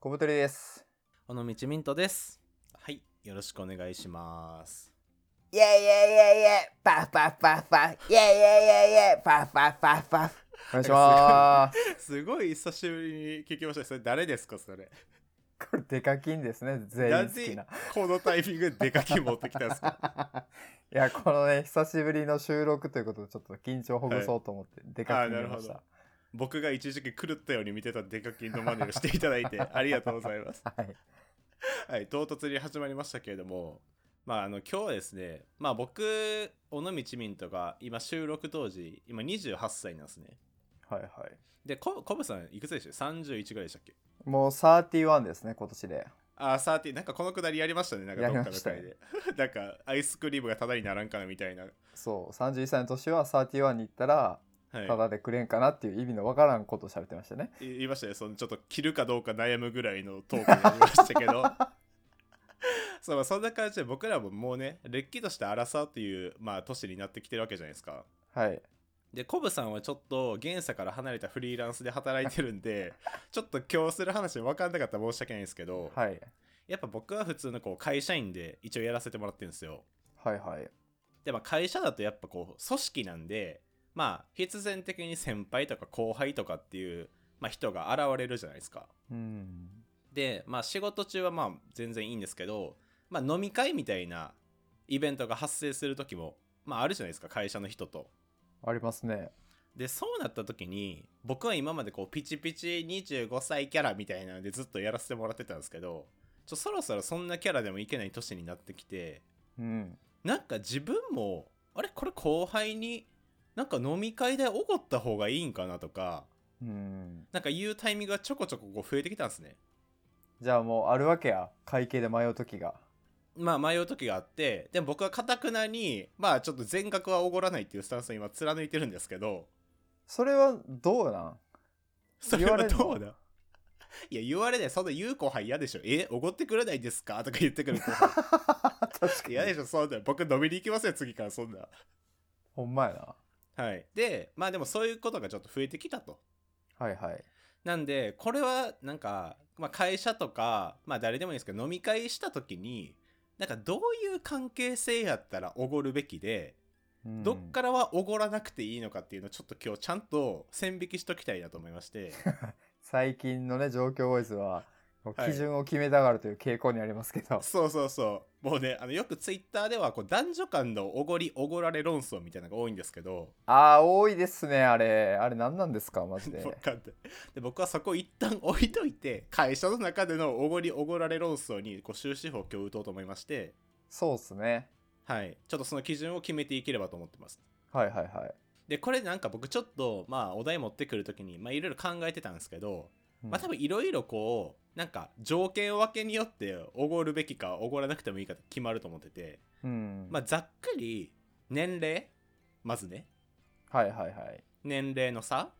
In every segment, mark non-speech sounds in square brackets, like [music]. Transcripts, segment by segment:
小太りです。尾道ミントです。はい、よろしくお願いします。イェイイェイイェイイェイパフパフパフパフイェイイェイイェイイェイパフパフパフパフお願いします。すごい久しぶりに聞きました。それ誰ですかそれ。 [laughs] これデカキンですね、全な員好きぜな。このタイミングで出かけ持ってきたんですか [laughs] いや、このね、久しぶりの収録ということで、ちょっと緊張をほぐそうと思って、デカキン見ましあた。僕が一時期狂ったように見てたデカキンのマネをしていただい [laughs] てありがとうございます。はい。はい、唐突に始まりましたけれども、まあ、あの今日はですね、まあ、僕、尾道ミントが今収録当時、今28歳なんですね。はいはい。で、ココブさんいくつでした ?31 ぐらいでしたっけもう31ですね、今年で。あー、サーティなんかこのくだりやりましたね、なんかやどりっまかのした回で。 [laughs] なんかアイスクリームがただにならんかなみたいな。そう、31歳の年は31に行ったら、はい、ただでくれんかなっていう意味のわからんことを喋ってましたね。い言いましたね、そのちょっと着るかどうか悩むぐらいのトークになりましたけ [laughs] ど。 [laughs] そうまあそんな感じで僕らももうね、れっきとした荒さという、まあ、年になってきてるわけじゃないですか。はい。で、コブさんはちょっと現世から離れたフリーランスで働いてる [laughs] んで、ちょっと今日する話分かんなかったら申し訳ないんですけど、はい。やっぱ僕は普通のこう会社員で一応やらせてもらってるんですよ。はいはい。でまあ会社だとやっぱこう組織なんでまあ必然的に先輩とか後輩とかっていう、まあ、人が現れるじゃないですかうん。でまあ仕事中はまあ全然いいんですけど、まあ、飲み会みたいなイベントが発生する時もまああるじゃないですか会社の人とありますね。でそうなった時に僕は今までこうピチピチ25歳キャラみたいなのでずっとやらせてもらってたんですけどちょそろそろそんなキャラでもいけない年になってきてうん。なんか自分もあれこれ後輩になんか飲み会でおごった方がいいんかなとかうん。なんか言うタイミングがちょこちょここう増えてきたんですねじゃあもうあるわけや。会計で迷う時が。まあ迷う時があってでも僕はかたくなにまあちょっと全額はおごらないっていうスタンスを今貫いてるんですけどそれはどうなんそれは言われるのどうだいや言われないそんな言う後輩嫌でしょえおごってくれないですかとか言ってくる [laughs] 後輩確か嫌でしょそんな僕飲みに行きますよ次からそんなほんまやな。はいでまあでもそういうことがちょっと増えてきたとはいはい。なんでこれはなんか、まあ、会社とか、まあ、誰でもいいんですけど飲み会した時になんかどういう関係性やったらおごるべきで、うんどっからはおごらなくていいのかっていうのをちょっと今日ちゃんと線引きしときたいなと思いまして最近のね、状況ボーイズは、もうはい基準を決めたがるという傾向にありますけ [laughs] ど。そうそうそうもうねあのよくツイッターではこう男女間のおごりおごられ論争みたいなのが多いんですけどああ、多いですね、あれ。あれ何なんですか、マジで。 [laughs] 分かんないで僕はそこ一旦置いといて会社の中でのおごりおごられ論争にこう終止符を今日打とうと思いましてそうっすね。はい、ちょっとその基準を決めていければと思ってます。はいはいはい。でこれなんか僕ちょっとまあお題持ってくる時にまあいろいろ考えてたんですけど、うんまあ多分いろいろこうなんか条件分けによっておごるべきかおごらなくてもいいかって決まると思ってて、うん。まあざっくり年齢まずねはいはいはい。年齢の差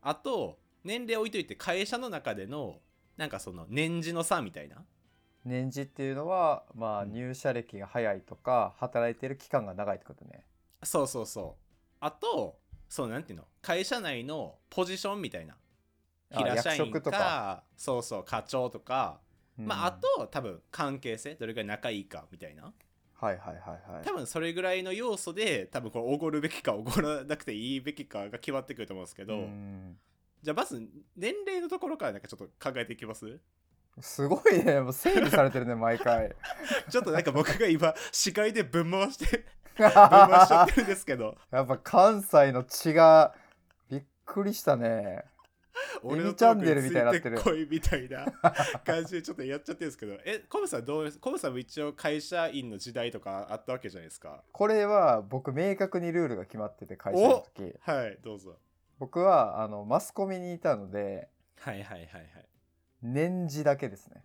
あと年齢置いといて会社の中でのなんかその年次の差みたいな年次っていうのは、まあ、うん入社歴が早いとか、働いてる期間が長いってことね。そうそうそうあとそうなんていうの会社内のポジションみたいなあ平社役員か職とかそうそう課長とか、うんまああ、と多分関係性どれぐらい仲いいかみたいなはいはいはいはい多。分それぐらいの要素で多分これおごるべきかおごらなくていいべきかが決まってくると思うんですけど、うんじゃあまず年齢のところからなんかちょっと考えていきます [laughs] すごいね、もう整理されてるね、毎回。ちょっとなんか僕が今視界でぶん回して [laughs] ぶん回しちゃやってるんですけどっぱ関西の血がびっくりしたね。俺エのビチャンネルみたいになってるトークについてこいみたいな感じでちょっとやっちゃってるんですけど [laughs] えコブさんどうですコブさんも一応会社員の時代とかあったわけじゃないですかこれは僕明確にルールが決まってて会社の時はいどうぞ僕はあのマスコミにいたのではいはいはいはい年次だけですね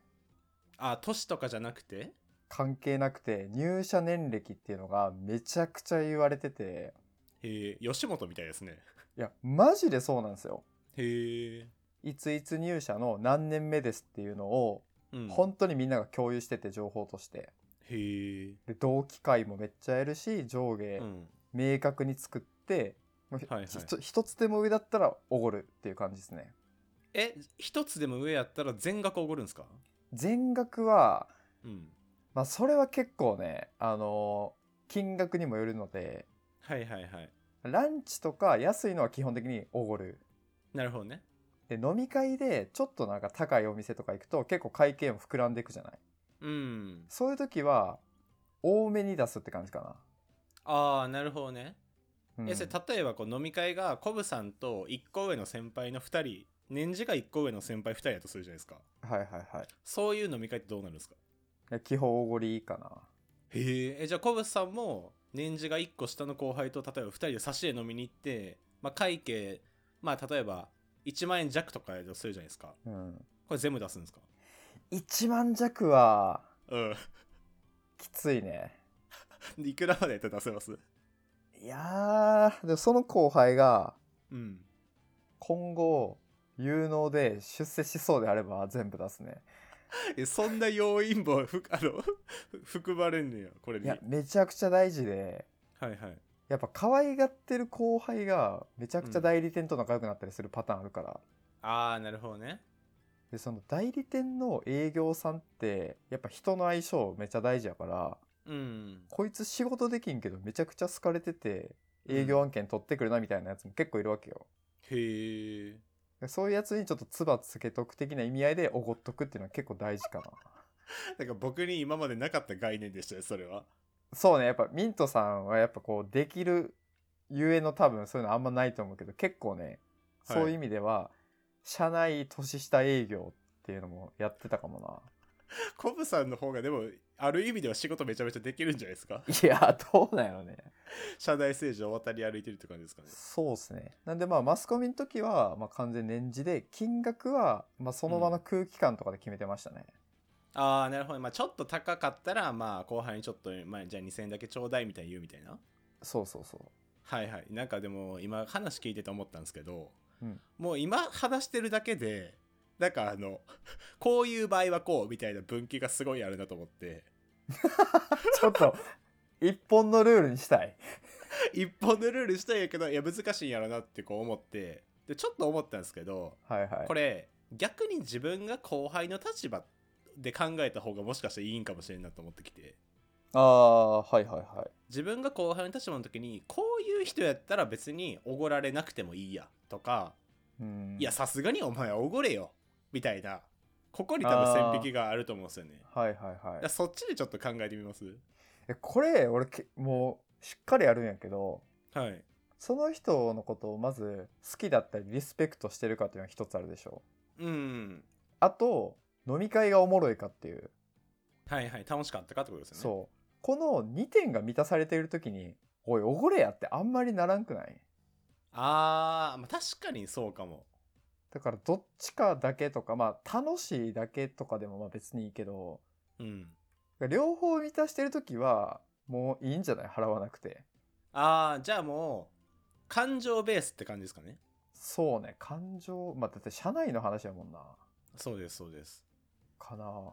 あ年とかじゃなくて関係なくて入社年歴っていうのがめちゃくちゃ言われててへえ吉本みたいですねいやマジでそうなんですよへえいついつ入社の何年目ですっていうのをうん本当にみんなが共有してて情報としてへえで同期会もめっちゃやるし上下うん明確に作ってもうひはいはいひと一つでも上だったらおごるっていう感じですねえ一つでも上やったら全額おごるんですか全額は、うんまあ、それは結構ね、あのー金額にもよるので、はいはいはいランチとか安いのは基本的におごる。なるほどねで、飲み会でちょっとなんか高いお店とか行くと結構会計も膨らんでいくじゃない。うんそういう時は、多めに出すって感じかああなるほどね、な。うんえそれ例えばこう飲み会がコブさんと1個上の先輩の2人年次が1個上の先輩2人だとするじゃないですかはいはいはい。そういう飲み会ってどうなるんですかで基本おごりかな。へーえじゃあコブさんも年次が1個下の後輩と例えば2人で差しで飲みに行って、まあ、会計まあ例えば1万円弱とかやとするじゃないですかうん。これ全部出すんですか1万弱は、うん [laughs] きついね。でいくらまでやったら出せますいやー、でもその後輩が、うん今後、有能で出世しそうであれば全部出すね。えそんな要因もふあの [laughs] ふ含まれんねやこれいにはやい、めちゃくちゃ大事で、はいやっぱ可愛がってる後輩が、めちゃくちゃ代理店と仲良くなったりするパターンあるから。ああなるほどねで、その代理店の営業さんって、やっぱ人の相性めちゃ大事やから、うんこいつ仕事できんけどめちゃくちゃ好かれてて、うん営業案件取ってくるなみたいなやつも結構いるわけよ。へえでそういうやつにちょっと唾つけとく的な意味合いでおごっとくっていうのは結構大事かな。なんか僕に今までなかった概念でしたねそれはそうね、やっぱミントさんはやっぱこうできるゆえの多分そういうのあんまないと思うけど、結構ね、はいそういう意味では、社内年下営業っていうのもやってたかもな。コブさんの方がでもある意味では仕事めちゃめちゃできるんじゃないですかいや、どうなんやろね。社内政治を渡り歩いてるって感じですかねそうですね。なんでまあマスコミの時は、まあ、完全年次で、金額は、まあ、その場の空気感とかで決めてましたね。ああなるほど、まあ、ちょっと高かったらまあ後輩にちょっと、まあ、じゃあ2000円だけちょうだいみたいに言うみたいなそうそう [laughs] そはいはいなんかでも今話聞いてて思ったんですけど、うんもう今話してるだけでなんかあの [laughs] こういう場合はこうみたいな分岐がすごいあるなと思ってう。ちょっと、一本のルールにしたい。一本のルールしたんやけどいや難しいんやろなってこう思ってでちょっと思ったんですけどはいはいこ。れ逆に自分が後輩の立場で考えた方がもしかしたらいいんかもしれんなと思ってきてああ、はいはいはい。自分が後輩の立場の時にこういう人やったら別におごられなくてもいいやとかうん。いや、さすがにお前はおごれよみたいなここに多分線引きがあると思うんですよねはいはいはだいから。そっちでちょっと考えてみますえこれ、俺け、もう、しっかりやるんやけど、はいその人のことをまず、好きだったり、リスペクトしてるかっていうのが一つあるでしょ。うんあと、飲み会がおもろいかっていう。はいはい楽しかったかってことですよねそう。この2点が満たされている時に、おい、おごれやってあんまりならんくないあー、まあ確かにそうかもだからどっちかだけとか、まあ楽しいだけとかでもまあ別にいいけど、うん両方満たしてる時は、もういいんじゃない払わなくて。ああじゃあもう感情ベースって感じですかねそうね、感情、まあだって社内の話やもんな。そうですそうですかな。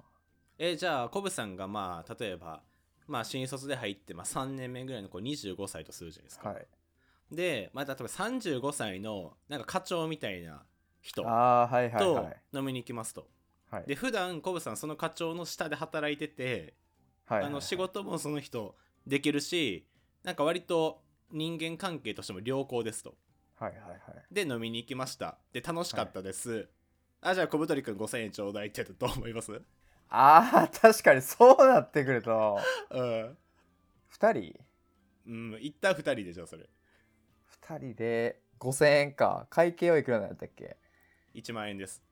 えじゃあコブさんがまあ例えばまあ新卒で入って、まあ、3年目ぐらいの子25歳とするじゃないですか、はい。で、まあ、例えば35歳のなんか課長みたいな人ああ、はいはいはとい。飲みに行きますと、はい、で普段コブさんその課長の下で働いてて、はいはいはいあの仕事もその人できるしなんか割と人間関係としても良好ですとはいはいはい。で飲みに行きましたで楽しかったです、あじゃあ小太りくん5000円ちょうだいってやったらどう思います [laughs] ああ、確かにそうなってくると、うん、 2人うん、一旦2人でしょそれ ?2 人で5000円か。会計はいくらなんだったっけ1万円です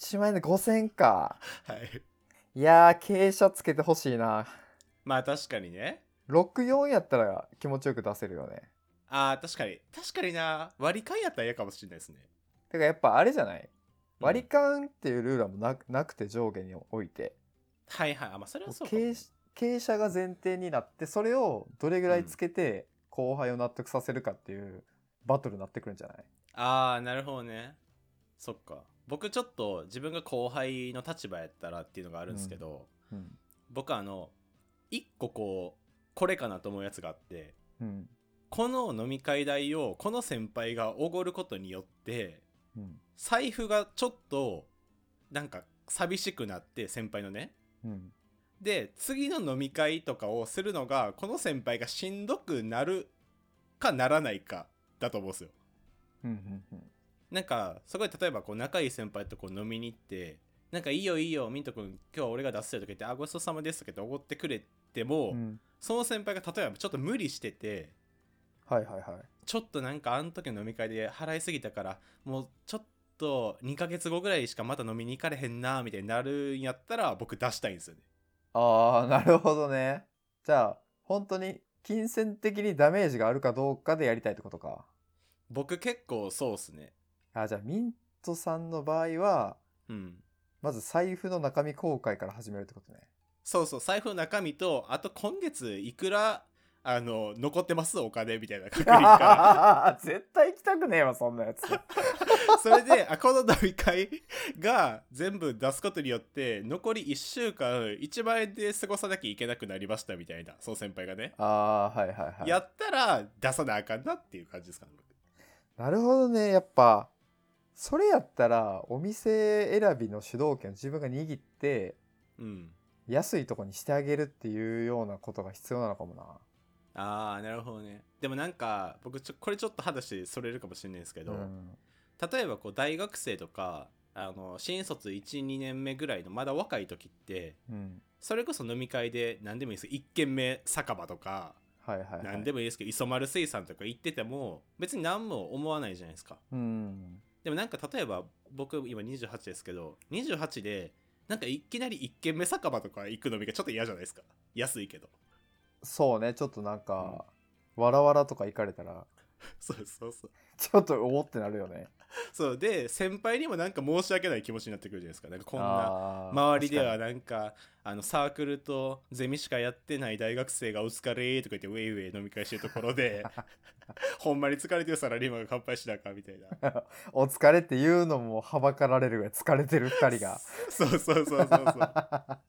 1万円で5000円か。はいいやー、傾斜つけてほしいな。まあ確かにね64やったら気持ちよく出せるよね。あー確かに確かにな割り勘やったら嫌かもしれないですねてかやっぱあれじゃないうん割り勘っていうルールはもうななくて上下に置いてはいはいあまあそれはそうかも傾傾斜が前提になってそれをどれぐらいつけて後輩を納得させるかっていうバトルになってくるんじゃないああなるほどねそっか僕ちょっと自分が後輩の立場やったらっていうのがあるんですけど、うん、僕あの一個こうこれかなと思うやつがあってうんこの飲み会代をこの先輩がおごることによってうん、財布がちょっとなんか寂しくなって先輩のねうん。で次の飲み会とかをするのがこの先輩がしんどくなるかならないかだと思うんですようんうんうん。なんかすごい例えばこう仲いい先輩とこう飲みに行って「なんかいいよいいよミント君今日は俺が出すよ」とか言って「あごちそうさまです」とか言っておごってくれても、うんその先輩が例えばちょっと無理しててはいはいはい。ちょっとなんかあの時の飲み会で払いすぎたからもうちょっと2ヶ月後ぐらいしかまた飲みに行かれへんなみたいになるんやったら僕出したいんですよねああ、なるほどね。じゃあ、本当に金銭的にダメージがあるかどうかでやりたいってことか。僕結構そうっすねあじゃあ、ミントさんの場合は、うんまず財布の中身公開から始めるってことね。そうそう財布の中身とあと今月いくらあの残ってますお金みたいな確 [laughs] 認から絶対行きたくねえわ、そんなやつ。それであこの飲み会が全部出すことによって残り1週間1万円で過ごさなきゃいけなくなりましたみたいなその先輩がね、ああ、はいはいはい。やったら出さなあかんなっていう感じですかね僕なるほどね。やっぱ、それやったら、お店選びの主導権を自分が握って、うん安いとこにしてあげるっていうようなことが必要なのかもな。ああなるほどねでもなんか僕ちょこれちょっと話それるかもしれないですけど、うん。例えばこう大学生とかあの新卒12年目ぐらいのまだ若い時ってうん。それこそ飲み会で何でもいいです一軒目酒場とかはいはい、はい。何でもいいですけど磯丸水産とか行ってても別に何も思わないじゃないですかうん。でもなんか例えば僕今28ですけど28でなんかいきなり一軒目酒場とか行く飲みがちょっと嫌じゃないですか安いけど [laughs] そうね、ちょっとなんか、わらわらとか行かれたら、 [laughs] そうそうそうちょっとおおってなるよね。そうで先輩にもなんか申し訳ない気持ちになってくるじゃないですかなんかこんなな周りではなんかあのサークルとゼミしかやってない大学生が「お疲れ」とか言ってウェイウェイ飲み会してるところでほんまに疲れてるサラリーマンが乾杯しなあかんみたいなお疲れっていうのもはばかられるぐらい疲れてる二人がそうそうそうそうそうなんか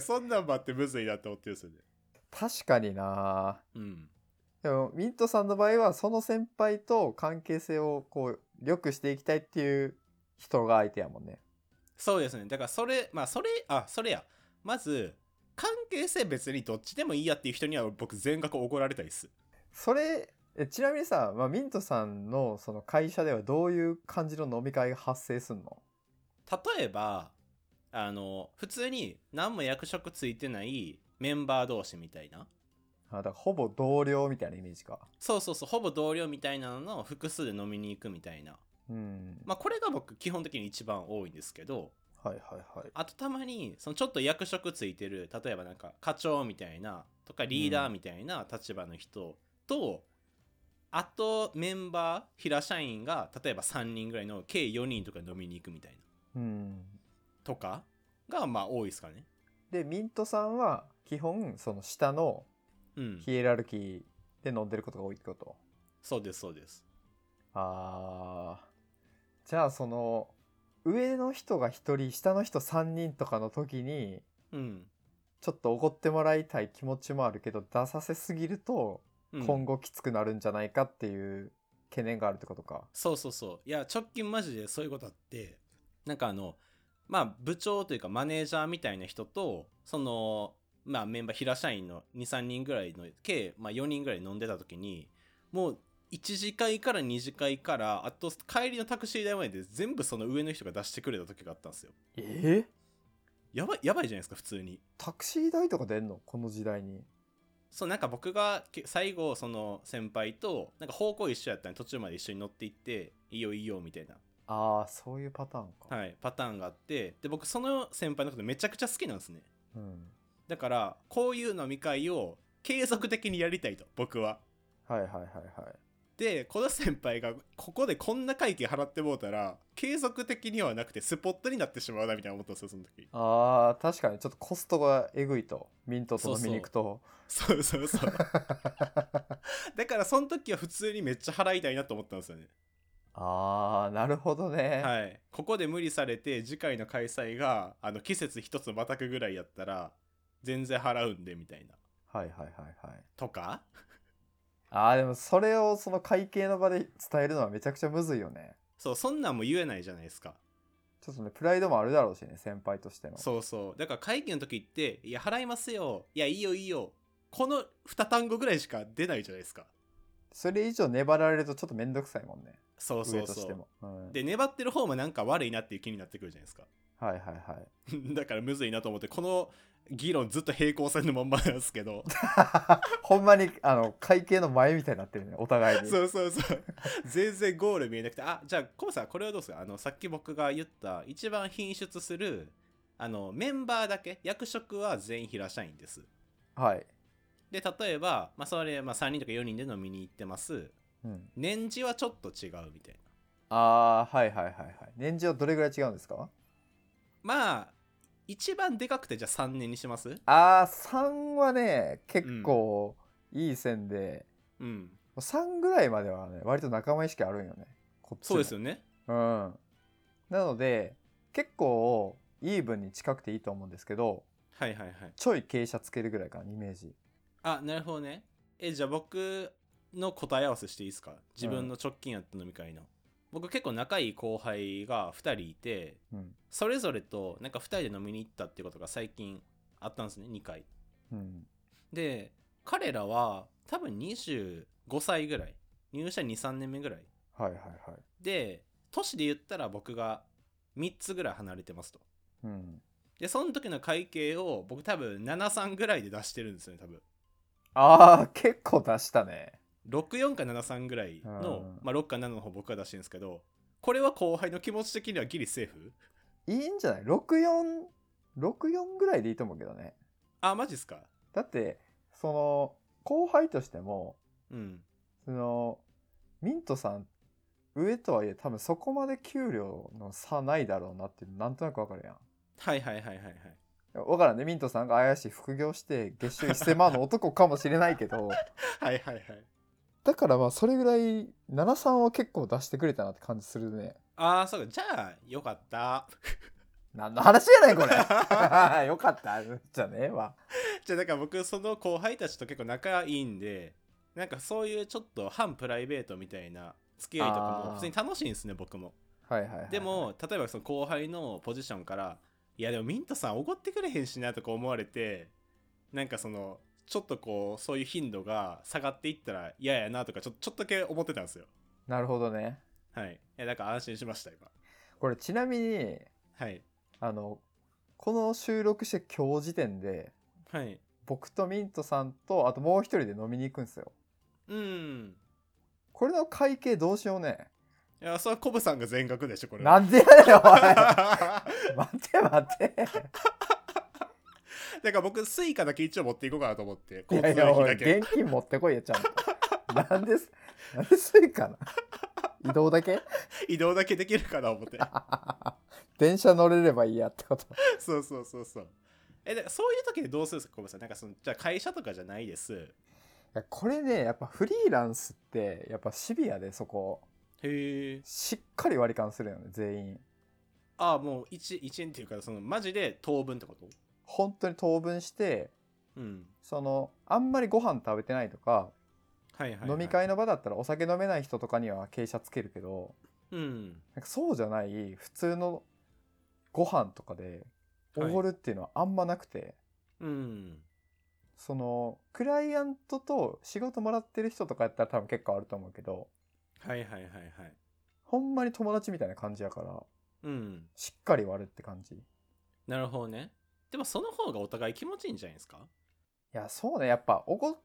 そんなんばってむずいなって思ってるんですよね確かになうんでもミントさんの場合はその先輩と関係性をこう良くしていきたいっていう人が相手やもんねそうですねだからそれまあそれあそれやまず関係性別にどっちでもいいやっていう人には僕全額怒られたりすそれえちなみにさ、まあ、ミントさんのその会社ではどういう感じの飲み会が発生すんの例えばあの普通に何も役職ついてないメンバー同士みたいなあだからほぼ同僚みたいなイメージかそうそうそうほぼ同僚みたいなのの複数で飲みに行くみたいなうん、まあこれが僕基本的に一番多いんですけどはいはいはいあとたまにそのちょっと役職ついてる例えばなんか課長みたいなとかリーダーみたいな立場の人と、あとメンバー平社員が例えば3人ぐらいの計4人とか飲みに行くみたいなうんとかがまあ多いですかねでミントさんは基本その下のうんヒエラルキーで飲んでることが多いってことそうですそうですあーじゃあその上の人が1人下の人3人とかの時にうん、ちょっとおごってもらいたい気持ちもあるけど出させすぎるとうん、今後きつくなるんじゃないかっていう懸念があるってことか。そうそうそういや直近マジでそういうことあってなんかあのまあ部長というかマネージャーみたいな人とそのまあメンバー平社員の23人ぐらいの計、まあ、4人ぐらい飲んでた時にもう1次会から2次会からあと帰りのタクシー代まで全部その上の人が出してくれた時があったんですよえやばいやばいじゃないですか普通にタクシー代とか出んのこの時代に。そうなんか僕がけ最後その先輩となんか方向一緒やったんで途中まで一緒に乗っていっていいよいいよみたいなああそういうパターンか。はい、パターンがあってで僕その先輩のことめちゃくちゃ好きなんですねうん、だからこういう飲み会を継続的にやりたいと僕ははいはいはいはい。でこの先輩がここでこんな会計払ってもうたら継続的にはなくてスポットになってしまうなみたいな思ったんですよその時あー確かにちょっとコストがえぐいとミントと飲みに行くと。そうそうそうだからその時は普通にめっちゃ払いたいなと思ったんですよね [laughs] ああなるほどね。はいここで無理されて次回の開催があの季節一つまたくぐらいやったら全然払うんでみたいなはいはいはいはい。とかああ、でもそれをその会計の場で伝えるのはめちゃくちゃむずいよね。そうそんなんも言えないじゃないですかちょっとねプライドもあるだろうしね先輩としてのそうそうだから会議の時って「いや払いますよいやいいよいいよ」この2単語ぐらいしか出ないじゃないですかそれ以上粘られるとちょっと面倒くさいもんねそうそ上うとしそてうも、うん、で粘ってる方もなんか悪いなっていう気になってくるじゃないですか [laughs] はいはいはいだからむずいなと思ってこの議論ずっと平行線のまんまなんですけど [laughs] ほんまにあの会計の前みたいになってるねお互いにそうそうそう全然ゴール見えなくてあじゃあコウさんこれはどうですかあのさっき僕が言った一番品質するあのメンバーだけ役職は全員平社員ですはい、で例えば、まあ、それ、まあ、3人とか4人で飲みに行ってますうん、年次はちょっと違うみたいなあーはいはいはいはい年次はどれぐらい違うんですかまあ一番でかくてじゃあ3年にしますあー3はね結構いい線で、うんもう3ぐらいまではね割と仲間意識あるんよねこっちもそうですよねうんなので結構イーブンに近くていいと思うんですけどはいはいはいちょい傾斜つけるぐらいかなイメージあなるほどねえじゃあ僕の答え合わせしていいですか自分の直近やった飲み会の、僕結構仲いい後輩が2人いてうんそれぞれとなんか2人で飲みに行ったってことが最近あったんですね2回うんで彼らは多分25歳ぐらい入社23年目ぐらいはいはいはいで年で言ったら僕が3つぐらい離れてますとうんでその時の会計を僕多分73ぐらいで出してるんですよね多分あー結構出したね64か73ぐらいのうん、まあ、6か7の方僕が出してるんですけどこれは後輩の気持ち的にはギリセーフいいんじゃない6464ぐらいでいいと思うけどねあマジっすかだってその後輩としてもうんそのミントさん上とはいえ多分そこまで給料の差ないだろうなってなんとなくわかるやんはいはいはいはいはいわからんねミントさんが怪しい副業して月収1000万の男かもしれないけどはいはいはい [laughs] だからまあそれぐらい73は結構出してくれたなって感じするねああそうかじゃあよかった [laughs] 何の話やねんこれ [laughs] よかったじゃねえわじゃあだから僕その後輩たちと結構仲いいんでなんかそういうちょっと反プライベートみたいな付き合いとかあーも普通に楽しいんですね僕もはいはい、はい、でも例えばその後輩のポジションから「いやでもミントさん怒ってくれへんしな」とか思われてなんかそのちょっとこうそういう頻度が下がっていったら嫌やなとかちょちょっとだけ思ってたんですよなるほどねはいいやだから安心しました今これちなみにはいあのこの収録して今日時点ではい僕とミントさんとあともう一人で飲みに行くんですようんこれの会計どうしようねいやそれはコブさんが全額でしょこれなはんでやねんお [laughs] いだ [laughs] 待って待ってから僕スイカだけ一応持っていこうかなと思ってい [laughs] 交や通いや、お費い、だけ現金持ってこいよ、ちゃんと。なんです、なんでスイカな移動だけ [laughs] 移動だけできるかな思って [laughs] 電車乗れればいいやってこと。そうそうそうそうえだからそういう時でどうするんですかコブさんなんかそのじゃあ会社とかじゃないですいやこれね、やっぱフリーランスって、やっぱシビアでそこ、へえしっかり割り勘するよね、全員。ああもう一一円っていうかそのマジで当分ってこと本当に当分して、うんその、あんまりご飯食べてないとか、はいはい、はい、飲み会の場だったらお酒飲めない人とかには傾斜つけるけど、うんなんかそうじゃない、普通のご飯とかで、おごるっていうのはあんまなくて、うんそのクライアントと仕事もらってる人とかやったら多分結構あると思うけどはいはいはいはいほんまに友達みたいな感じやからうんしっかり割るって感じいなるほどねでもその方がお互い気持ちいいんじゃないですかやそうねやっぱおご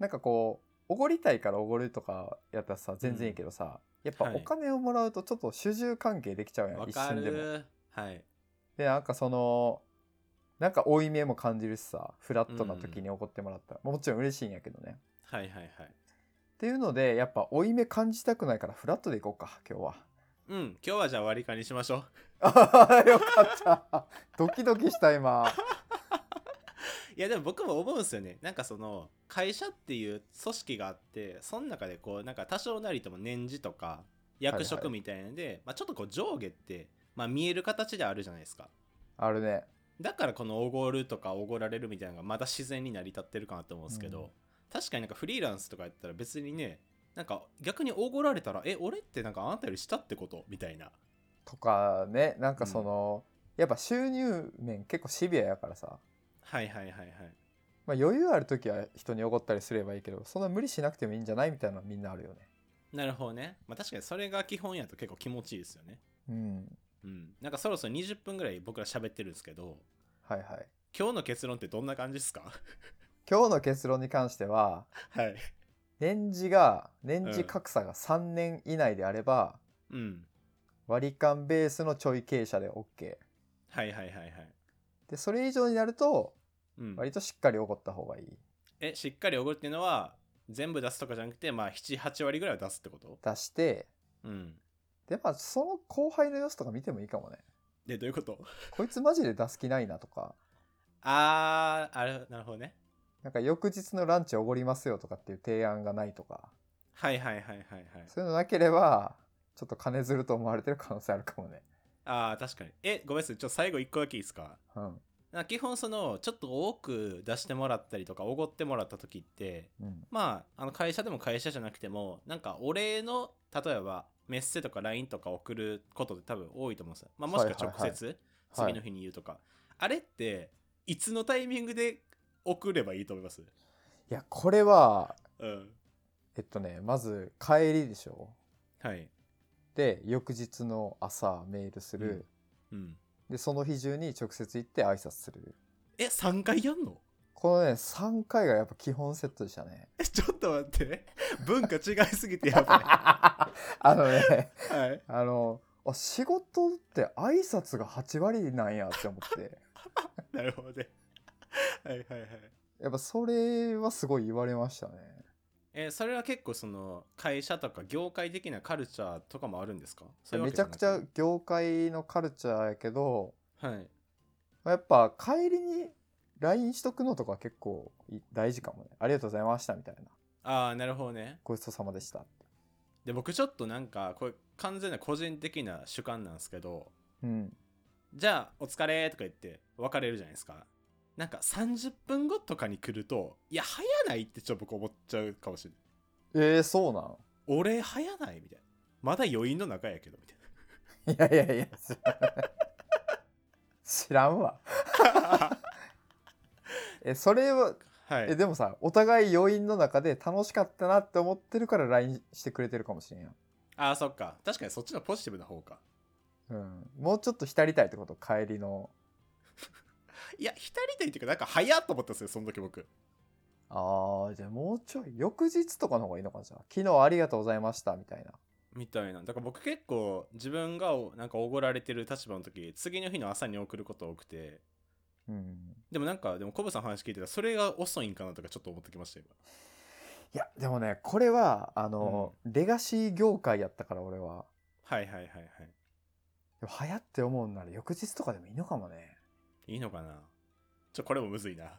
なんかこうおごりたいからおごるとかやったらさ全然いいけどさ、やっぱはいお金をもらうとちょっと主従関係できちゃうやん、わ一か瞬でもるはいでなんかそのなんか負い目も感じるしさフラットな時におごってもらったら、もちろん嬉しいんやけどねはいはいはいっていうのでやっぱ負い目感じたくないからフラットでいこうか今日は。うん今日はじゃあ割り勘にしましょうああ [laughs] よかったドキドキした今いやでも僕も思うんですよねなんかその会社っていう組織があってその中でこうなんか多少なりとも年次とか役はいは職みたいなので、まあ、ちょっとこう上下って、まあ、見える形であるじゃないですかあれねだからこのおごるとかおごられるみたいなのがまだ自然に成り立ってるかなと思うんですけど、うん確かになんかフリーランスとかやったら別にねなんか逆におごられたらえ俺ってなんかあなたより下ってことみたいなとかねなんかその、やっぱ収入面結構シビアやからさ、はいはいはいはいまあ、余裕ある時は人におごったりすればいいけどそんな無理しなくてもいいんじゃないみたいなのはみんなあるよねなるほどね、まあ、確かにそれが基本やと結構気持ちいいですよねうんうんなんかそろそろ20分ぐらい僕ら喋ってるんですけどはいはい今日の結論ってどんな感じですか [laughs] 今日の結論に関してははい年次が年次格差が3年以内であれば、うん割り勘ベースのちょい傾斜で OK はいはいはいはいでそれ以上になるとうん、割としっかりおごった方がいいえしっかりおごるっていうのは全部出すとかじゃなくてまあ78割ぐらいは出すってこと出してうんでまあその後輩の様子とか見てもいいかもねでどういうことこいつマジで出す気ないなとかあーあれなるほどねなんか翌日のランチおごりますよとかっていう提案がないとかはいはいはいはいはいそういうのなければちょっと金づると思われてる可能性あるかもねああ確かにえごめんなさいちょっと最後1個だけいいですかうんなんか基本そのちょっと多く出してもらったりとかおごってもらった時ってうんまああの会社でも会社じゃなくてもなんかお礼の例えばメッセとか LINE とか送ることで多分多いと思うんですよ、まあ、もしくは直はいはい接次のはい、日に言うとか、あれっていつのタイミングで送ればいいと思いますいやこれはうんえっとねまず帰りでしょはいで翌日の朝メールする、うんでその日中に直接行って挨拶するえ3回やんのこのね3回がやっぱ基本セットでした [laughs] ねえちょっと待って文化違いすぎてやばあのねい [laughs] はいあのあ仕事って挨拶が8割なんやって思ってなるほどねはいはいはいやっぱそれはすごい言われましたねえーそれは結構その会社とか業界的なカルチャーとかもあるんですかそういうわめちけじゃなくちゃ業界のカルチャーやけどはいやっぱ帰りに LINE しとくのとか結構い大事かもねありがとうございましたみたいなああなるほどねごちそうさまでしたってで僕ちょっとなんかこれ完全な個人的な主観なんですけどうんじゃあお疲れとか言って別れるじゃないですかなんか30分後とかに来るといや早ないってちょっと僕思っちゃうかもしれないえー、そうなの俺早ないみたいなまだ余韻の中やけどみたいないやいやいや、知らん知らんわ。 [laughs] え、それは、はいえ、でもさ、お互い余韻の中で楽しかったなって思ってるから LINE してくれてるかもしれんやん。ああそっか確かにそっちのポジティブな方かうん。もうちょっと浸りたいってこと帰りの。いや浸りたいっていうかなんか早っと思ったんですよその時僕ああ、じゃあもうちょい、翌日とかの方がいいのかなじゃあ昨日ありがとうございました、みたいな。みたいなだから僕結構自分がおなんかおごられてる立場の時次の日の朝に送ること多くてうん。でもなんかでもコブさんの話聞いてたらそれが遅いんかなとかちょっと思ってきました今いや、でもね、これは、あの、レガシー業界やったから俺は。はいはいはいはでも早って思うんなら翌日とかでもいいのかもね。いいいのかなちょこれもむずいな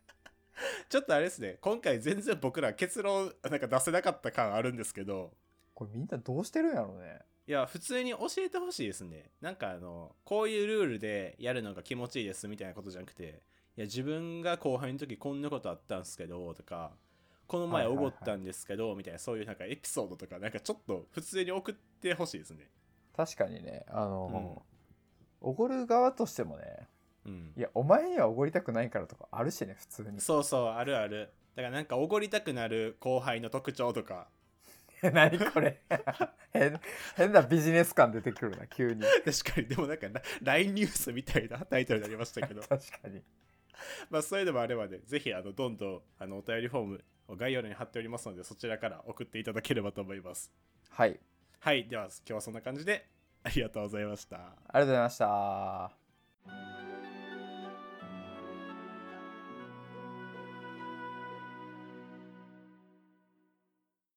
[laughs] ちょっとあれですね今回全然僕ら結論なんか出せなかった感あるんですけどこれみんなどうしてるんやろうね。いや普通に教えてほしいですねなんかあのこういうルールでやるのが気持ちいいですみたいなことじゃなくていや自分が後輩の時こんなことあったんすけどとかこの前はいおはいはいごったんですけどみたいなそういうなんかエピソードとかなんかちょっと普通に送ってほしいですね確かにねあのう、おごる側としてもねうんいやお前にはおごりたくないからとかあるしね普通にそうそうあるあるだからなんかおごりたくなる後輩の特徴とか [laughs] 何これ変変なビジネス感出てくるな急に確かにでもなんかラ LINE ニュースみたいなタイトルになりましたけど確かにまあそういうのもあればねぜひあのどんどんあのお便りフォームを概要欄に貼っておりますのでそちらから送っていただければと思いますはいありはいでは今日はそんな感じでありがとうございましたがとうございました